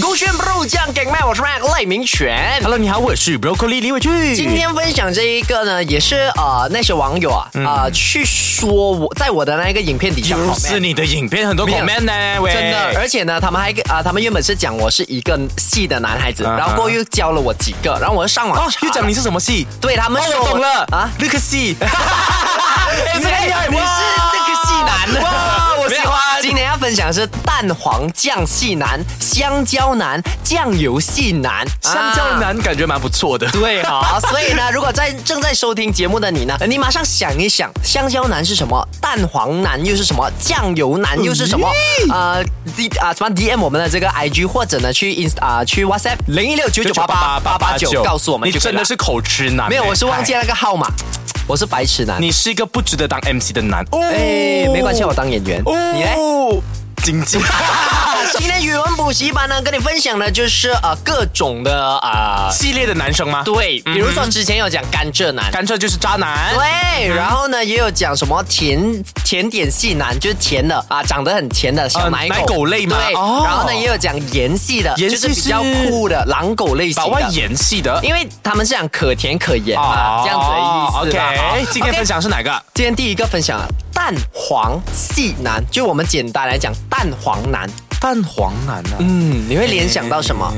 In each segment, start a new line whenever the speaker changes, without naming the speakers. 勾选 bro 酱给麦，我是 Mac 赖明全。
Hello，你好，我是 Broccoli 李伟俊。
今天分享这一个呢，也是呃那些网友啊
嗯
啊、呃去说我在我的那一个影片底下
又是
comment
你的影片很多
没有
comment 呢，喂，
真的，而且呢，他们还啊、他们原本是讲我是一个细的男孩子，
啊哈
然后过后又教了我几个，然后我就上网
哦，又讲你
是
是什么戏？
对他们
哦，
说
我懂了
啊
啊，，那个 戏。哎
你你是那个细男
哇我喜欢
今天要分享的是蛋黄酱细男、香蕉男、酱油细男、
香蕉
啊
男感觉蛮不错的。
对，啊好， 所以呢，如果在正在收听节目的你呢，你马上想一想，香蕉男是什么？蛋黄男又是什么？酱油男又是什么？呃，D 啊，什么 DM 我们的这个 IG 或者呢去 Inst 啊去 WhatsApp 零一六九九八八八八九告诉我们
你
就可以
真
了
的是口吃男。
没有，我是忘记
了，
那个号码，我是白痴男。
你是一个不值得当 MC 的男。哦
哎，没关系，我当演员。你嘞？
哦，经济。
今天语文补习班呢，跟你分享的就是呃各种的啊、
系列的男生 吗？，
对，比如说之前有讲甘蔗男，
干脆就是渣男。嗯
对，然后呢，也有讲什么甜甜点系男，就是甜的啊，长得很甜的小
呃
奶狗、
奶狗类吗
对，
哦
然后呢，也有讲盐系的，
盐
就是
系
比较
是
酷的狼狗类型
把
的。
外演系的。
因为他们是讲可甜可盐嘛，
哦
这样子的意思啦。好
OK，今天
OK，
分享是哪个？
今天第一个分享啊蛋黄系男，就我们简单来讲蛋黄男，
蛋黄男啊。
嗯，你会联想到什么？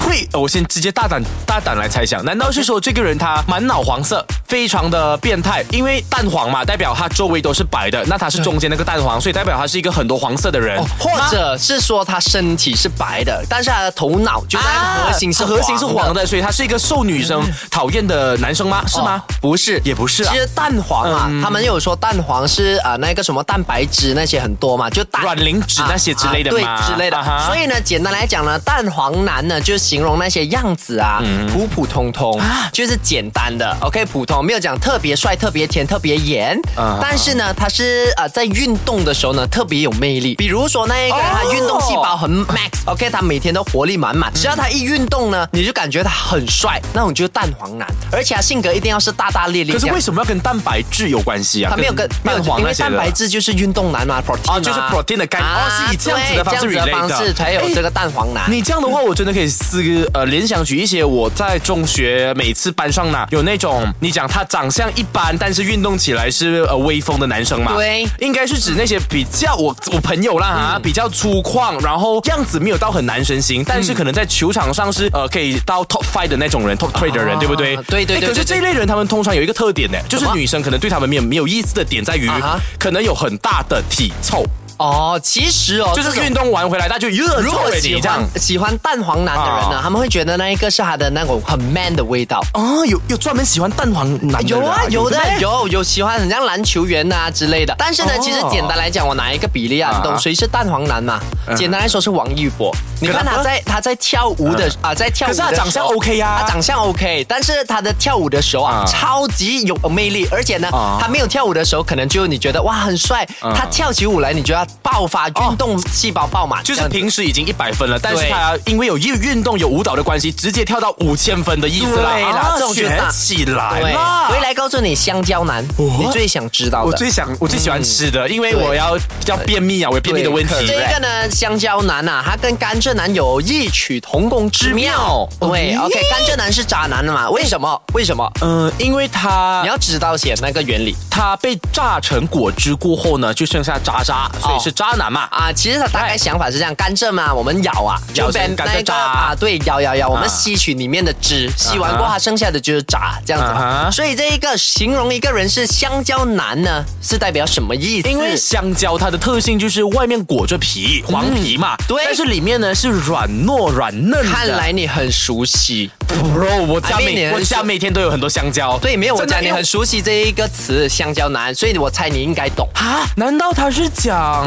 会，呃我先直接大胆大胆来猜想，难道是说这个人他满脑黄色，非常的变态？因为蛋黄嘛，代表他周围都是白的，那他是中间那个蛋黄，所以代表他是一个很多黄色的人。
或者是说他身体是白的，但是他的头脑就是他的核心是
核心是
的
黄的，所以他是一个受女生
嗯
讨厌的男生吗？是吗？
不嗯是，
也不是啊嗯
其实蛋黄啊，他们有说蛋黄是啊、呃那个什么蛋白质那些很多嘛，就蛋
卵磷脂那些之类的吗
啊对之类的。
啊哈
所以呢，简单来讲呢，蛋黄男呢就形容那些样子啊，
嗯
普普通通，
啊
就是简单的，OK，普通，没有讲特别帅、特别甜、特别盐。
啊
但是呢，他是呃在运动的时候呢特别有魅力，比如说那一个人他
哦
运动细胞很 max，OK，、他每天都活力满满，只要他一运动呢，你就感觉他很帅，那种就是蛋黄男，而且他性格一定要是大大咧咧
可
这
是
样。
为什么要跟蛋白质有关系啊？
他没有跟没有
蛋黄
因
那
为
些
蛋
的
白。质就是运动男嘛，protein
啊
啊
哦就是 protein 的概念哦是以这样子的方式
对这
relate
样子的
的哎
方式才有这个蛋黄男。
你这样的话，我真的可以思呃联想起一些我在中学每次班上呢有那种你讲他长相一般，但是运动起来是呃威风的男生嘛？
对
应该是指那些比较我我朋友啦哈、比较粗犷，然后样子没有到很男神型，但是可
嗯
能在球场上是呃可以到 top five 的那种人，top three 的人，对不对？
啊对对
哎
对
可是
对
这一类人，他们通常有一个特点呢，就是
什么
女生可能对他们没有没有意思的点在于
啊哈，
可能有很大的体臭，
哦，其实哦，
就是
这种
运动完回来，他就哟，
如
臭
果
欸
喜
你这样
欢喜欢蛋黄男的人呢
啊，
他们会觉得那一个是他的那种很 man 的味道。
哦，有有专门喜欢蛋黄男的
有
人
啊，有的
对不对
有有喜欢很像篮球员啊之类的，但是呢，
哦
其实简单来讲，我拿一个比例啊，你
啊
懂谁是蛋黄男嘛？简单来说是王一博，你看
可能
他在他在跳舞的啊，在跳舞的时候，
可是他长相 OK 啊
他长相 OK，但是他的跳舞的时候
啊，
啊超级有魅力，而且呢
啊，
他没有跳舞的时候，可能就你觉得哇很帅，他跳起舞来，你就要爆发运动细胞爆满，
就是
这样子
平时已经一百分了，但是
对
他因为有运运动有舞蹈的关系，直接跳到五千分的意思啦，
对啦
啊
这种就
学
大
起来
对，
啦。
回来告诉你香蕉男，
哦
你最想知道
我
的。
最想我最喜欢吃的，因为
对
我要要便秘啊，我有便秘的问题。
这个呢，香蕉男啊，他跟甘蔗男有异曲同工之妙。
妙
对
哦
，OK，甘蔗男是渣男的嘛？为什么？为什么？
嗯，因为他
你要知道写那个原理
他被榨成果汁过后呢，就剩下渣渣，所以是渣男嘛。
哦啊。其实他大概想法是这样：甘蔗嘛，我们咬啊，
咬
就
成
被
甘
那
蔗
个
渣
啊，对，咬咬咬，我们吸取里面的汁，吸完过后它剩下的就是渣，这样子
啊
嘛。
哈
所以这一个形容一个人是香蕉男呢，是代表什么意思？
因为香蕉它的特性就是外面裹着皮，黄皮嘛，
嗯对
但是里面呢是软糯软嫩的。
看来你很熟悉。
Bro，我家
I mean，你
每
很
我家每天都有很多香蕉。
对，没有我
真的
讲你
因为
很熟悉这一个词“香蕉男”，所以我猜你应该懂。
啊？难道他是讲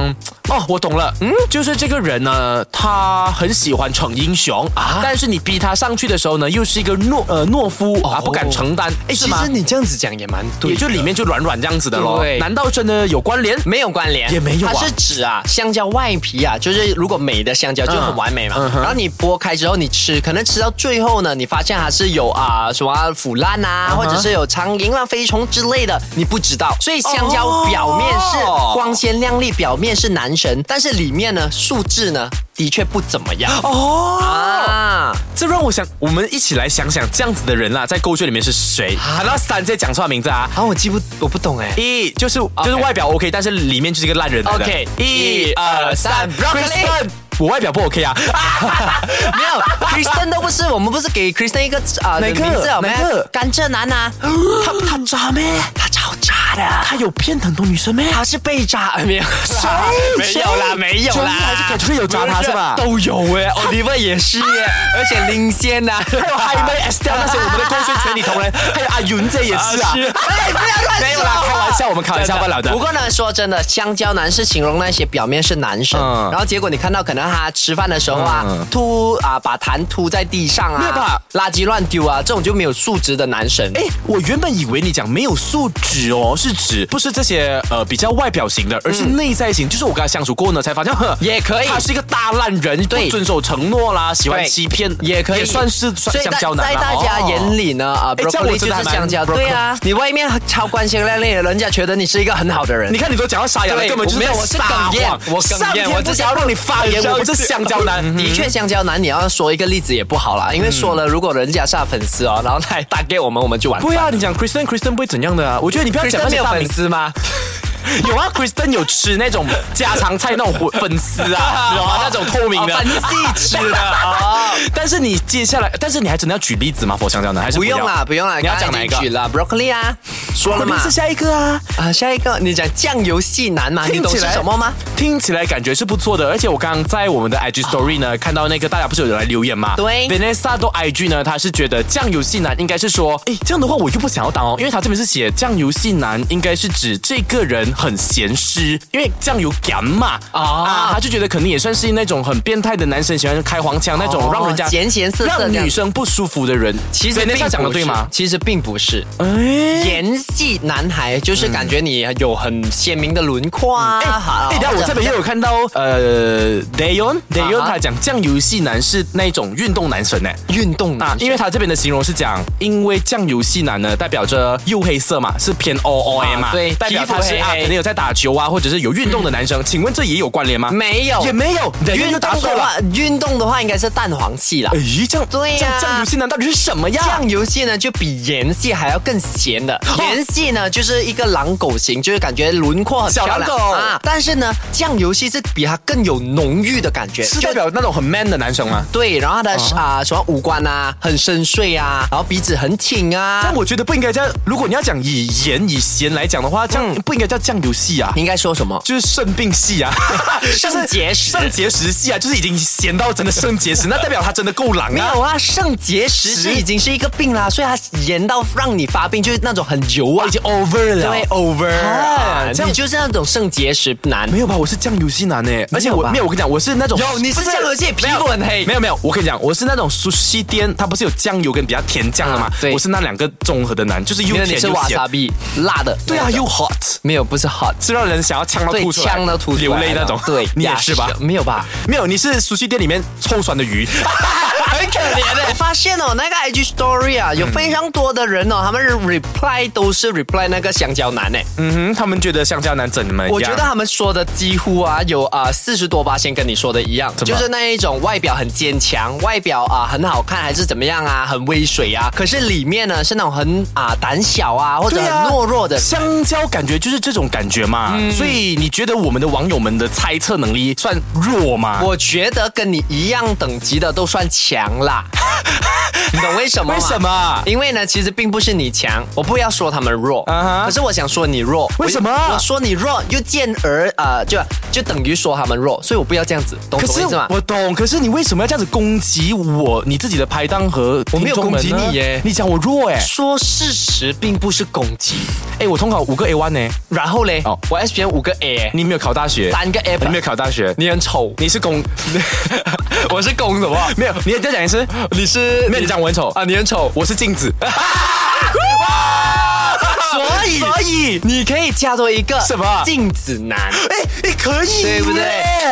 哦，我懂了，嗯，就是这个人呢，他很喜欢逞英雄啊，但是你逼他上去的时候呢，又是一个懦呃懦夫啊，不敢承担，
哦哎，
是
其
吗
实？你这样子讲也蛮对
也
的，
就里面就软软这样子的咯
对。嗯
难道真的有关联？
没有关联，
也没有啊
它是指啊，香蕉外皮啊，就是如果美的香蕉就很完美嘛。然后你剥开之后你吃，可能吃到最后呢，你发现还是有啊、什么腐烂啊，或者是有苍蝇啊、飞虫之类的，你不知道。所以香蕉表面是
哦
光鲜亮丽，表面是男神，但是里面呢树质呢的确不怎么样
哦，
啊。
这让我想，我们一起来想想这样子的人啦，啊在勾圈里面是谁？喊到三，再讲出他名字啊！
啊，我记不，我不懂哎、
一就是就是外表 OK，但是里面就是一个烂人来的。
OK，
一
一
二
二
三
三 Broccoli
，Kristen，我外表不 OK 啊，
没有，Kristen 都不是，我们不是给 Kristen 一个啊、
哪个
名字有没
哪个
有？甘蔗男啊，
他他渣咩？
他超渣的。
他有骗很多女生咩？
他是被扎，没有啦，没有啦，没有
真的
啦，
还是感觉是有扎他是吧
都有哎、
哦
欸，奥利弗也是 耶，而且领先呐、
还有 h i m e Estelle 那些我们 的勾圈圈里同 人，还有阿云这也是啊。
哎，不要乱说。
没有啦，开玩笑，我们开玩笑不了的
不。过呢，说真的，香蕉男是形容那些表面是男生，
嗯
然后结果你看到可能他吃饭的时候啊，
嗯
吐啊，把痰吐在地上
没有
啊
吧，
垃圾乱丢啊，这种就没有素质的男生。
哎，我原本以为你讲没有素质哦，是指不是这些呃比较外表型的，而是内在型。就是我跟他相处过呢，才发现，呵，
也可以
他是一个大烂人，不
对
遵守承诺啦，喜欢
对
欺骗，
也可以
也算是
所
算
以
香
大
蕉男
在
啦
大家
哦
眼里呢，啊
哎这样我真
，broccoli 就
的还
是
蛮
香蕉，
broccoli
对啊，你外面超光鲜亮丽的，人家觉得你是一个很好的人
你。看，你都讲到沙哑了，
对
根本就是
我没有
在
我是
撒
哽咽
谎
我哽咽
上天
我
不
这
想要让你发言，哎我们是香蕉男。
的确，香蕉男你要说一个例子也不好啦，因为
嗯
说了，如果人家是他粉丝哦，然后他还打给我们，我们就完。
不要你讲 Kristen Kristen 不会怎样的啊，我觉得你不要讲
Kristen
那
没
些
有
大
粉
名。
丝吗？
有啊，Kristen 有吃那种家常菜那种粉粉丝啊，有啊那种透明的
哦粉
丝吃的啊。但是你接下来，但是你还真的要举例子吗？佛香蕉男还是
不
要
用啦，不用啦，
你要讲哪一个
刚才已经举了 broccoli 啊，说了
肯定
嘛。
是下一个啊。
啊，下一个你讲酱油系男嘛，你
听
懂
起
是
来
什么吗？？
听起来感觉是不错的，而且我刚刚在我们的 IG Story 呢、看到那个大家不是有人来留言嘛？
对
，Vanessa 都 IG 呢，他是觉得酱油系男应该是说，诶，这样的话我就不想要当哦，因为他这边是写酱油系男应该是指这个人很咸湿，因为酱油干嘛
啊
啊，他就觉得肯定也算是那种很变态的男生，喜欢开黄腔那种，
哦
让人家
咸咸涩涩这
让
样
女生不舒服的人。
其实并
Vanessa 讲的
不
对
是
吗？
其实并不是，
哎。
盐系男孩就是感觉你有很鲜明的轮廓啊。好
哎，但我这边又有看到，呃，Dayon
啊
Dayon
哈
他讲酱油系男是那种运动男神呢。
运动
啊
男，，
因为他这边的形容是讲，因为酱油系男呢，代表着黝黑色嘛，是偏 O O M 嘛，
啊对
代表他是
皮肤
啊，
黑黑
可能有在打球啊，或者是有运动的男生。请问这也有关联吗？
没有
也没有。Dayon
运
就答
动
错
的
了。哎
话，运动的话应该是蛋黄系啦。
咦，这样
对呀
这样酱油系男到底是什么呀？
酱油系呢，就比盐系还要更咸的。
哦
盐系呢，就是一个狼狗型，就是感觉轮廓很漂亮
小狼狗
啊。但是呢，酱油系是比它更有浓郁的感觉，
是
就
代表那种很 man 的哦男生吗？
对。然后它的啊、什么五官啊，很深邃啊，然后鼻子很挺啊
但。我觉得不应该叫，如果你要讲以盐以咸来讲的话，这样
嗯
不应该叫酱油系啊。
你应该说什么？
就是肾病系 啊，
肾结石
肾结石系啊，就是已经咸到真的肾结石，那代表他真的够狼
没
啊。
有啊，肾结石
石
这已经是一个病啦，所以它盐到让你发病，就是那种很油啊，
已经 over 了，
对 over，、
啊这样
你就是那种肾结石男。
没有吧？我是酱油系男诶，而且我
吧
没有，我跟你讲，我是那种
有你是
不
酱油系
没有
皮肤很黑
没有没有，我跟你讲，我是那种苏西店，它不是有酱油跟比较甜酱的吗
啊？对
我是那两个综合的男，就是又
因为
甜
你是
又
瓦
咸
萨，比辣的，
对啊，
没有
又
的
hot，
没有不是 hot，
是让人想要呛到
对
吐出来，
呛到吐出
流
来
泪那种。
对，
你也
呀
是吧？
没有吧？
没有，你是苏西店里面臭酸的 鱼。
很可怜
欸
的、我发现哦，那个 IG Story 啊，有
嗯
非常多的人哦，他们 reply 都是 reply 那个香蕉男呢、欸
嗯哼，他们觉得香蕉男怎么样？
我觉得他们说的几乎啊有啊四十多八先跟你说的一样，
么
就是那一种外表很坚强，外表啊很好看还是怎么样啊，很威水啊，可是里面呢是那种很啊胆小啊或者
对
很
啊
懦弱的嗯人。
香蕉感觉就是这种感觉嘛，所以你觉得我们的网友们的猜测能力算弱吗？
我觉得跟你一样等级的都算强啦， 你懂啊为什么吗？
为什么
因为呢，其实并不是你强，我不要说他们弱
啊哈
可是我想说你弱，
为什么
我我说你弱，又见而呃，就就等于说他们弱，所以我不要这样子，懂
可
懂我
是
意思吗？
我懂，可是你为什么要这样子攻击我？你自己的拍档和我
没有攻击你耶
你讲我弱哎、
说事实并不是攻击，
哎，我统考五个 A one 呢，
然后嘞，
哦
我 S 选五个 A，
你没有考大学，
三个 A，
你没有考大学，你
你很丑，
你是 攻，
我是攻什么？
没有，你再讲一次，
你是
没有你讲我很丑，
啊，你很丑，
我是镜子，
所以
所以
你可以加多一个
什么
镜子男。
哎哎可以，
对不对？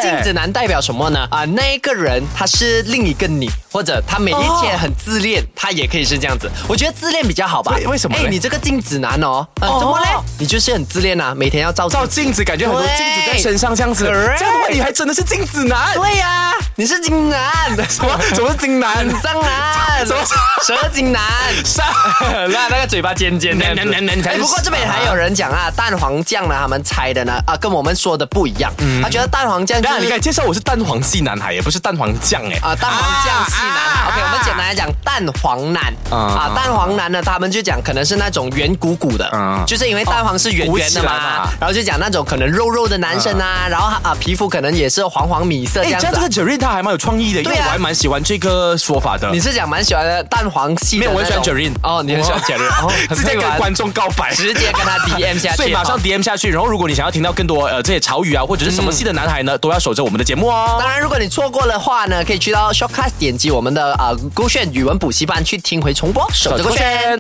镜子。男代表什么呢？啊、那一个人他是另一个你，或者他每一天很自恋，他也可以是这样子。我觉得自恋比较好吧？
为为什么嘞
哎，你这个镜子男哦，呃、
哦
怎么嘞？你就是很自恋啊，每天要照
照镜子，感觉很多
对
镜子在身上这样子，
Correct
这样的话你还真的是镜子男。
对呀、你是金男， 什
什么什么是金 男？
上男，
什么
蛇精男？
上
呃那那个嘴巴尖尖
男男男男才
哎，
是
不过这边还有人讲啊，蛋黄酱呢，他们猜的呢啊，跟我们说的不一样。他觉得蛋黄酱、就
等一下，
是
你刚才介绍我是蛋黄系男孩，也不是蛋黄酱哎。
啊，蛋黄酱系男啊
啊
OK，我们简单来讲，蛋黄男
啊
啊，蛋黄男呢，他们就讲可能是那种圆鼓鼓的
啊，
就是因为蛋黄是圆
鼓
圆
起
的
来
嘛
嘛，
然后就讲那种可能肉肉的男生啊，然后啊皮肤可能也是黄黄米色这
哎，
样
这
子
样这
啊
个。Jerry 他还蛮有创意的，因为
对啊
我还蛮喜欢这个说法的
你。是讲蛮喜欢的蛋黄系的
没有，我很喜
那
欢
种
Jerry。
哦，你很喜欢 Jerry，哦 很
直接
会
跟
玩
观众告白。
直接跟他 DM 下去，
所以马上
哦
DM 下去，然后如果你想要听到更多呃这些潮语啊，或者是
嗯
什么系的男孩呢，都要守着我们的节目哦。
当然，如果你错过的话呢，可以去到 Shortcast 点击我们的啊、呃、勾选语文补习班去听回重播。守着勾选。